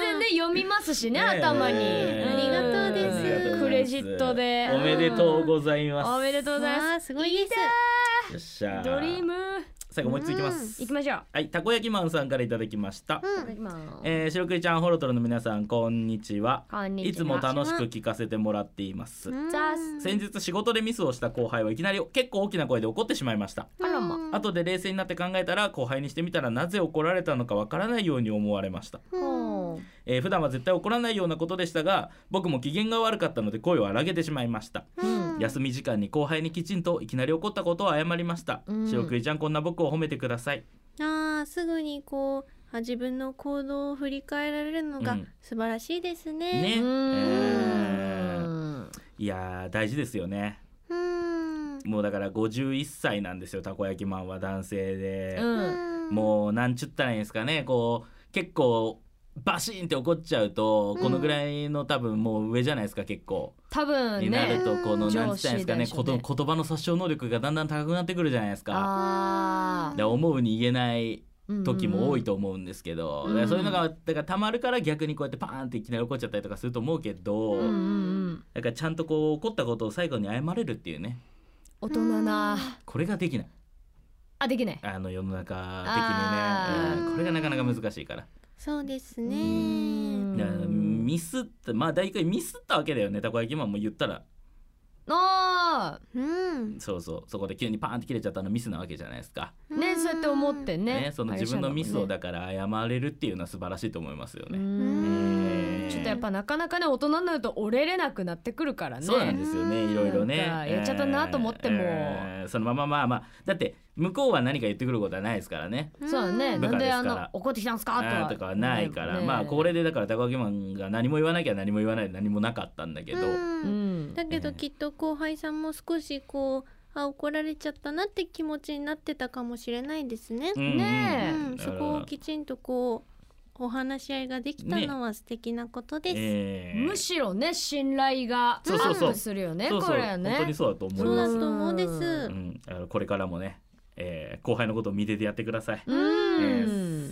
Speaker 3: 然ね読みますし ね
Speaker 2: ねえ
Speaker 3: 頭に
Speaker 2: ね
Speaker 1: えありがとうです
Speaker 3: ん
Speaker 1: ありがとうございます
Speaker 3: クレジットで
Speaker 2: おめでとうござい
Speaker 3: うん
Speaker 2: ます。
Speaker 3: おめでとうございます
Speaker 1: すすごいです
Speaker 2: よっしゃー。
Speaker 3: ドリーム
Speaker 2: 最後もう一ついきま
Speaker 1: うん
Speaker 2: す。
Speaker 3: 行きましょう
Speaker 2: はい、たこ焼きマンさんからいただきました。
Speaker 1: うん
Speaker 3: いただきます
Speaker 2: えー、白くいちゃん、ホロトロの皆さん、こんにちは。
Speaker 3: こんにちはい
Speaker 2: つも楽しく聞かせてもらっています。
Speaker 3: ザ
Speaker 1: うん
Speaker 2: 先日仕事でミスをした後輩はいきなり結構大きな声で怒ってしまいました。
Speaker 3: あらま
Speaker 1: うん
Speaker 2: 後で冷静になって考えたら後輩にしてみたらなぜ怒られたのかわからないように思われました、
Speaker 1: うん
Speaker 3: うん
Speaker 2: えー、普段は絶対怒らないようなことでしたが僕も機嫌が悪かったので声を荒げてしまいました
Speaker 3: うん
Speaker 1: うん
Speaker 2: 休み時間に後輩にきちんといきなり怒ったことを謝りました、
Speaker 3: うん
Speaker 2: 白くいちゃんこんな僕を褒めてください
Speaker 1: あーすぐにこうあ自分の行動を振り返られるの
Speaker 2: う
Speaker 1: が
Speaker 2: ん
Speaker 1: 素晴らしいです
Speaker 2: ね
Speaker 1: ね。
Speaker 2: うんいやー大事ですよね
Speaker 1: うん
Speaker 2: もうだから51歳なんですよたこ焼きマンは男性で、
Speaker 3: うん
Speaker 2: もうなんちゅったらいいんですかねこう結構バシーンって怒っちゃうとこのぐらいの多分もう上じゃないですか結構、
Speaker 3: 多分
Speaker 2: になる
Speaker 3: ね
Speaker 2: とこのなんちゅったらいいんですかね
Speaker 3: 上司でしょうね
Speaker 2: こと言葉の殺傷能力がだんだん高くなってくるじゃないですか。
Speaker 3: あ
Speaker 2: で思うに言えない
Speaker 3: ー
Speaker 2: 時も多いと思うんですけど、
Speaker 3: う
Speaker 2: だ
Speaker 3: ん
Speaker 2: からそういうのがだからたまるから逆にこうやってパーンっていきなり怒っちゃったりとかすると思うけど、
Speaker 3: うんうんうん
Speaker 2: だからちゃんとこう怒ったことを最後に謝れるっていうね
Speaker 3: 大人な
Speaker 2: これができない
Speaker 3: あできない
Speaker 2: あの世の中
Speaker 3: あ
Speaker 2: 的に
Speaker 1: ー
Speaker 2: ね、うんこれがなかなか難しいから,、
Speaker 1: そうです
Speaker 3: う
Speaker 1: ね。
Speaker 3: ん
Speaker 2: だからミスったまあ大体ミスったわけだよねたこ焼きマンも言ったら
Speaker 3: あ
Speaker 1: うん
Speaker 2: そうそうそこで急にパーンって切れちゃったのミスなわけじゃないですか、
Speaker 3: ーねそうやって思ってね
Speaker 2: ねその自分のミスをだから謝れるっていうのは素晴らしいと思いますよ
Speaker 3: う
Speaker 2: ね。
Speaker 3: ん
Speaker 2: ね
Speaker 3: ちょっとやっぱなかなかね大人になると折れれなくなってくるからね
Speaker 2: そうなんですよね、
Speaker 1: ね
Speaker 2: いろいろね。
Speaker 3: なんかやっちゃったなと思っても
Speaker 2: えーそのまままあまあ、だって向こうは何か言ってくることはないですからね。
Speaker 3: そうだね
Speaker 2: 部
Speaker 3: なん
Speaker 2: 下
Speaker 3: で
Speaker 2: です
Speaker 3: あ
Speaker 2: から
Speaker 3: の怒ってきたんですかと
Speaker 2: あー
Speaker 3: は
Speaker 2: とかはないから、
Speaker 3: ね
Speaker 2: まあこれでだから高木マンが何も言わなきゃ何も言わないで何もなかったんだけど、
Speaker 1: うん
Speaker 3: うん
Speaker 1: だけ
Speaker 2: え
Speaker 1: ど
Speaker 2: ー
Speaker 1: きっと後輩さんも少しこうあ怒られちゃったなって気持ちになってたかもしれないですね。
Speaker 2: うんうん
Speaker 3: ね
Speaker 1: うん
Speaker 2: だ
Speaker 1: そ
Speaker 2: から
Speaker 1: こをきちんとこうお話し合いができたのは素敵なことです。
Speaker 2: えー
Speaker 3: むしろね信頼がア
Speaker 2: そうそうそう
Speaker 3: ップするよね
Speaker 2: そうそう
Speaker 3: これはね
Speaker 2: 本当にそうだと思い
Speaker 1: そう
Speaker 2: ま
Speaker 1: だ
Speaker 2: す。
Speaker 1: と思うです。
Speaker 2: う、
Speaker 3: うん
Speaker 2: だからこれからもね、えー後輩のことを見ててやってください。
Speaker 3: うん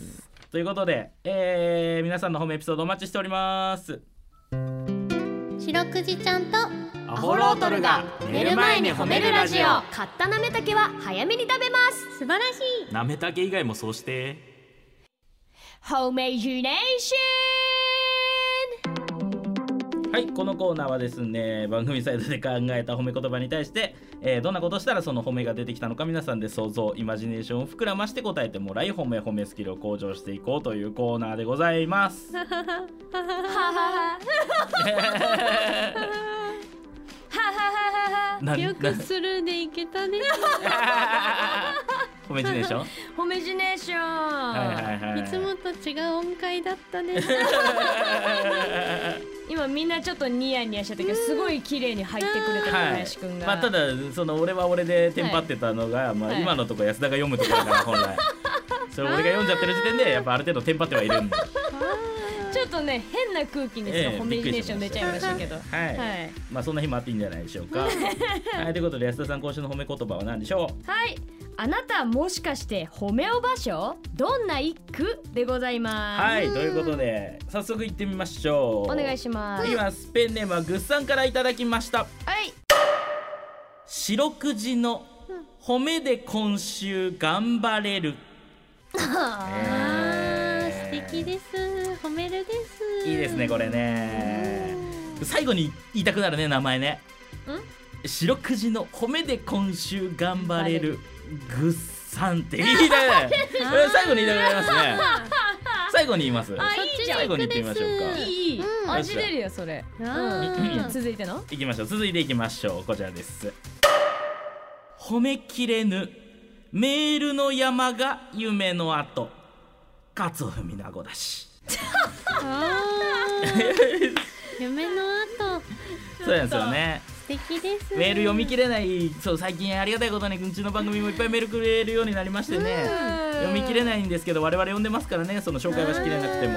Speaker 2: ということで、えー皆さんのホームエピソードお待ちしております。
Speaker 1: 白くじちゃん と
Speaker 2: ア
Speaker 3: ホロートルが
Speaker 1: 寝る前に褒めるラジオ
Speaker 3: 買ったなめたけは早めに食べます
Speaker 1: 素晴らしい
Speaker 2: なめたけ以外もそうして。
Speaker 3: ホーメイジュネーシ
Speaker 2: はいこのコーナーはですね番組サイトで考えた褒め言葉に対して、えーどんなことをしたらその褒めが出てきたのか皆さんで想像イマジネーションを膨らまして答えてもらい褒め褒めスキルを向上していこうというコーナーでございます。
Speaker 3: ョンははははははは
Speaker 2: な
Speaker 1: よ
Speaker 2: な
Speaker 1: くスルーでいけた ね。
Speaker 2: 褒めジネーション
Speaker 3: ホメジュネーション
Speaker 2: はいはいはい
Speaker 1: いつもと違う音階だった ね。
Speaker 3: 今みんなちょっとニヤニヤしちゃったけどすごい綺麗に入ってくれた小
Speaker 2: はい
Speaker 3: 林くんが、
Speaker 2: まあ、ただその俺は俺でテンパってたのが、ま
Speaker 3: は
Speaker 2: あ、
Speaker 3: い
Speaker 2: 今のとこ安田が読むところだから本来 それ俺が読んじゃってる時点でやっぱある程度テンパってはいるんで。
Speaker 3: ちょっとね変な空気に
Speaker 2: え
Speaker 3: そ
Speaker 2: え
Speaker 3: のホメジュネーション出ちゃいましたけど、
Speaker 2: びっくりしましたはい、
Speaker 3: はい
Speaker 2: まあそんな日もあっていいんじゃないでしょうかはいということで安田さん今週の褒め言葉は何でしょ
Speaker 3: はいあなたもしかして褒めお場所どんな一句でございます、
Speaker 2: はいということで早速行ってみましょう
Speaker 3: お願いします
Speaker 2: 次はスペンネームはぐっさんからいただきました
Speaker 3: はい
Speaker 2: 四六時の褒めで今週頑張れる、
Speaker 1: あー
Speaker 2: え
Speaker 1: 素
Speaker 2: ー
Speaker 1: 敵です褒めるです
Speaker 2: いいですねこれね最後に言いたくなるね名前ね四六時の褒めで今週頑張れるぐっさんっていいね これ最後に言いたくなりますね 最後に言います
Speaker 3: あ
Speaker 1: そっ
Speaker 3: いい
Speaker 1: ち
Speaker 3: じ
Speaker 1: に
Speaker 3: ゃん
Speaker 2: 最後
Speaker 1: 行
Speaker 2: に
Speaker 1: く
Speaker 2: 行ってみ
Speaker 1: で
Speaker 2: ますしょうか
Speaker 3: いい、
Speaker 1: うん
Speaker 3: 味出るよそれ、
Speaker 1: あ
Speaker 3: うん
Speaker 1: ー
Speaker 3: 続いての
Speaker 2: いきましょう続いていきましょうこちらです褒めきれぬメールの山が夢の後かつを踏みなごだし
Speaker 1: あー夢の後
Speaker 2: そうなんですよね
Speaker 1: 素敵です
Speaker 2: メール読み切れないそう最近ありがたいことにうちの番組もいっぱいメールくれるようになりましてね読み切れないんですけど我々読んでますからねその紹介はしきれなくても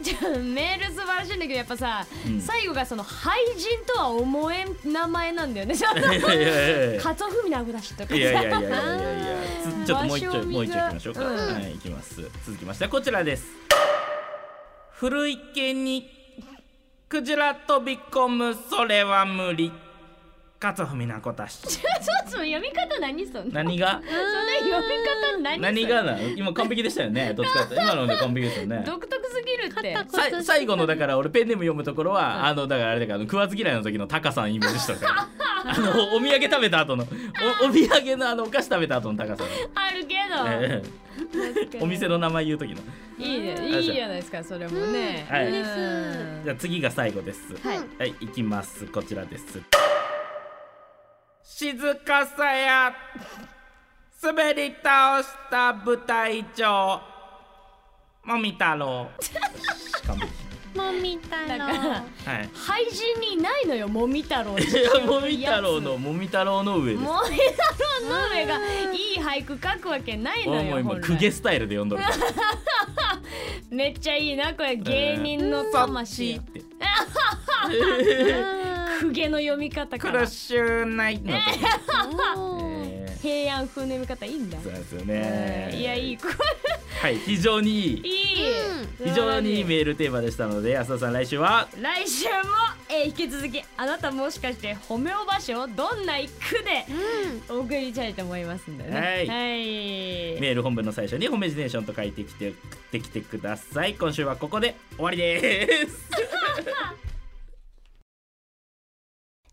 Speaker 3: じゃあメール素晴らしいんだけどやっぱさ、
Speaker 2: うん
Speaker 3: 最後がその廃人とは思えん名前なんだ よね。ちょっと
Speaker 2: いやいやいやいや
Speaker 3: カツオフミナグだしとかさ
Speaker 2: いやいやいやいやいやいやつちょっともう一
Speaker 3: 場
Speaker 2: 丁
Speaker 3: 所を見
Speaker 2: もう一丁いきましょうか、
Speaker 3: うん
Speaker 2: はい行きます続きましてはこちらです古池にクジラ飛び込むそれは無理勝文なこたし
Speaker 3: ちょっと読み方何そんな。
Speaker 2: 何が
Speaker 3: それ読み方 何それ
Speaker 2: 何がなの今完璧でしたよねどっちかって今ので完璧ですよね
Speaker 3: 独特すぎるって。
Speaker 1: 肩こ
Speaker 2: さい最後のだから俺ペンネーム読むところは、あのだからあれだからあの食わず嫌いの時のタカさんイメージ しとかあのお土産食べた後のおお土産のあのお菓子食べた後のタカさん
Speaker 3: あるけど。
Speaker 2: お店の名前言う時の
Speaker 3: いいねいいじゃないですかそれもね。
Speaker 2: はい
Speaker 3: うん
Speaker 2: じゃあ次が最後です。
Speaker 3: はい。
Speaker 2: はい、行きます。こちらです。静かさや滑り倒した舞台上もみ太郎。完璧
Speaker 1: もみ太
Speaker 3: だ
Speaker 1: 郎
Speaker 3: から
Speaker 2: はい。
Speaker 3: 廃人にいないのよもみ太郎って
Speaker 2: い
Speaker 3: いうやつ。
Speaker 2: やもみ太郎のもみ太郎の上です。
Speaker 3: もみ太郎の上がいい俳句書くわけない
Speaker 2: も
Speaker 3: の
Speaker 2: うも
Speaker 3: よ。
Speaker 2: う今
Speaker 3: 本来
Speaker 2: クゲスタイルで読んどるから。
Speaker 3: めっちゃいいなこれ芸人の魂よ。
Speaker 2: って。
Speaker 3: 公家の読み方
Speaker 2: ク
Speaker 3: か
Speaker 2: ロッ
Speaker 3: ら
Speaker 2: シュナイトの。
Speaker 1: おー
Speaker 2: えー
Speaker 3: 平安風の読み方いいんだ
Speaker 2: そう。なんですよね。
Speaker 3: えーいやいい。こ
Speaker 2: はい、非常にいい
Speaker 3: れ。いい。
Speaker 2: 非常にいい
Speaker 3: い。
Speaker 2: メールテーマでしたので安田さん来週は
Speaker 3: 来週も、えー引き続きあなたもしかして褒めおばしをどんな一句でお送りしたいと思いますんでね。
Speaker 2: はい
Speaker 3: はい。
Speaker 2: メール本文の最初に「ホメジネーション」と書いてきて送ってきてください今週はここで終わりです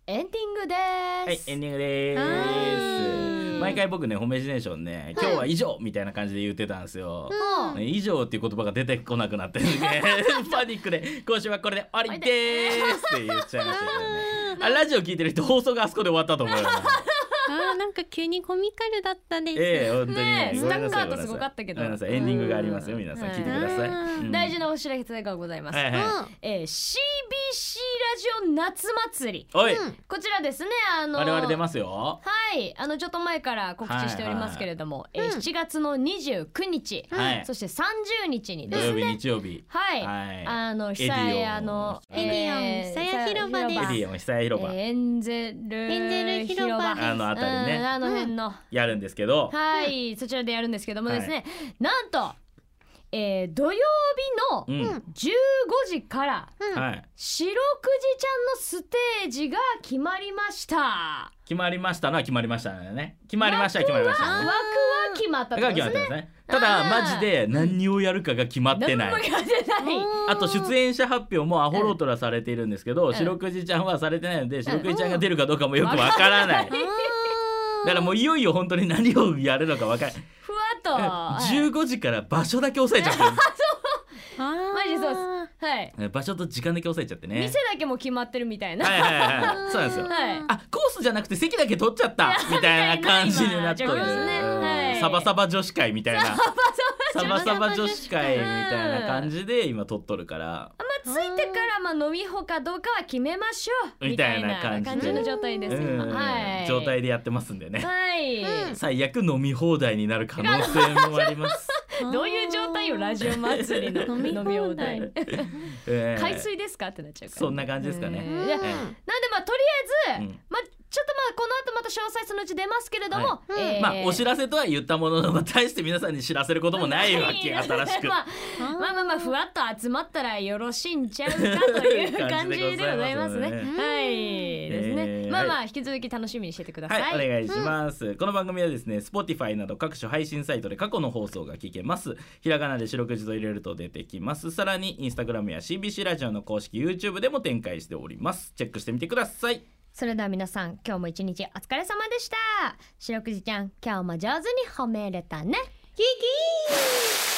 Speaker 3: エンディングで
Speaker 2: はい
Speaker 3: す。
Speaker 2: エンディングです
Speaker 3: はい
Speaker 2: 毎回僕ねホメジネーションね今日は以上みたいな感じで言ってたんですよ、
Speaker 3: もう
Speaker 2: ね以上っていう言葉が出てこなくなってるんで パニックで今週はこれで終わりでーすって言っちゃいましたけどねあラジオ聞いてる人放送があそこで終わったと思う よ
Speaker 1: あーなんか急にコミカルだったです、
Speaker 2: ええ本当に
Speaker 3: ね
Speaker 2: ね
Speaker 3: え
Speaker 2: ごめんなさい
Speaker 3: スタッカートすごかったけど
Speaker 2: ごめんなさいエンディングがありますよ皆さん
Speaker 3: うん
Speaker 2: 聞いてください、
Speaker 1: うん
Speaker 2: うん
Speaker 3: 大事なお知らせがございます。
Speaker 2: はいはい
Speaker 3: えー CBC ラジオ夏祭り。
Speaker 2: おい、
Speaker 3: こちらですね。あのー
Speaker 2: 我々出ますよ。
Speaker 3: はい、あのちょっと前から告知しておりますけれども、えー7月の29日、
Speaker 2: はい
Speaker 3: そして30日に
Speaker 2: 土
Speaker 3: です
Speaker 2: 曜
Speaker 3: ね、
Speaker 2: 日、日曜日。
Speaker 3: はい、
Speaker 2: はい
Speaker 3: あの久
Speaker 2: エディオ
Speaker 3: 屋
Speaker 2: ン
Speaker 3: あの
Speaker 2: エ
Speaker 1: ディオン
Speaker 3: えー
Speaker 1: 久屋広場です
Speaker 2: エディオン久屋広場
Speaker 3: えーエンゼル
Speaker 1: エンゼル広場です
Speaker 2: あの辺りね
Speaker 3: うんあの辺の、
Speaker 2: やるんですけど、
Speaker 3: はい、そちらでやるんですけどもですね、なんと、えー土曜
Speaker 2: う
Speaker 3: 日の
Speaker 2: ん、
Speaker 3: 15時から
Speaker 2: はい、
Speaker 3: 白くじちゃんのステージが決まりました。
Speaker 2: 決まりましたのは決まりましたね。決まりました、決まりました
Speaker 3: 枠
Speaker 2: ね。
Speaker 3: は決まった
Speaker 2: が
Speaker 3: ってこと
Speaker 2: 決
Speaker 3: で
Speaker 2: ますって
Speaker 3: ね
Speaker 2: ますね。ただ
Speaker 3: あー
Speaker 2: マジで何をやるかが決まってな
Speaker 3: 何も
Speaker 2: い。
Speaker 3: やってない。
Speaker 2: あと出演者発表もアホロートラされているんですけど、
Speaker 3: ん
Speaker 2: 白くじちゃんはされてないので、白くじちゃんが出るかどうかもよくわからない。だからもういよいよ本当に何をやるのかわからない。
Speaker 3: ふわっと。はい
Speaker 2: 15時から場所だけ押さえちゃって
Speaker 1: あー
Speaker 3: マジそうです。はい。
Speaker 2: る場所と時間だけ押さえちゃってね。
Speaker 3: 店だけも決まってるみたいな。
Speaker 2: はいはいは い。そうなんですよ。
Speaker 3: はい。
Speaker 2: あコースじゃなくて席だけ取っちゃったみたいな感じになってる、
Speaker 3: みたいな今じゃあこれですね
Speaker 2: うん
Speaker 3: はい
Speaker 2: サバサバ女子会みたいなサバサバ女子会みたいな感じで今取っとるから
Speaker 3: まあ、ついてからまあ飲みほかどうかは決めましょう。
Speaker 2: みたいな感じで
Speaker 3: みたいな感の状態です。今
Speaker 2: うん
Speaker 3: はい。
Speaker 2: 状態でやってますんでね、
Speaker 3: はい。
Speaker 2: 最悪飲み放題になる可能性もあります、
Speaker 3: どういう状態よラジオ祭りの
Speaker 1: 飲み
Speaker 3: 飲み放
Speaker 1: 放
Speaker 3: 題
Speaker 1: 題。
Speaker 2: えー
Speaker 3: 海水ですかってなっちゃうから。
Speaker 2: そんな感じですかね
Speaker 3: うんいやなんでまあとりあえず、
Speaker 2: うん
Speaker 3: まあちょっとまあこの後また詳細そのうち出ますけれども、
Speaker 2: は
Speaker 1: うん
Speaker 3: えー
Speaker 2: まあお知らせとは言ったものの対して皆さんに知らせることもないわけ新しく
Speaker 3: まあまあまあまあふわっと集まったらよろしいんちゃうかという感じでございます ね。
Speaker 2: 感
Speaker 1: ね
Speaker 2: じでございます
Speaker 3: はいですね。
Speaker 2: えー
Speaker 3: まあまあ引き続き楽しみにしててください。
Speaker 2: はい、お願いします、この番組はですね Spotify など各種配信サイトで過去の放送が聞けますひらがなで四六時と入れると出てきますさらにインスタグラムや CBC ラジオの公式 YouTube でも展開しておりますチェックしてみてください
Speaker 3: それでは皆さん今日も一日お疲れ様でした。白くじちゃん今日も上手に褒めれたね。キキー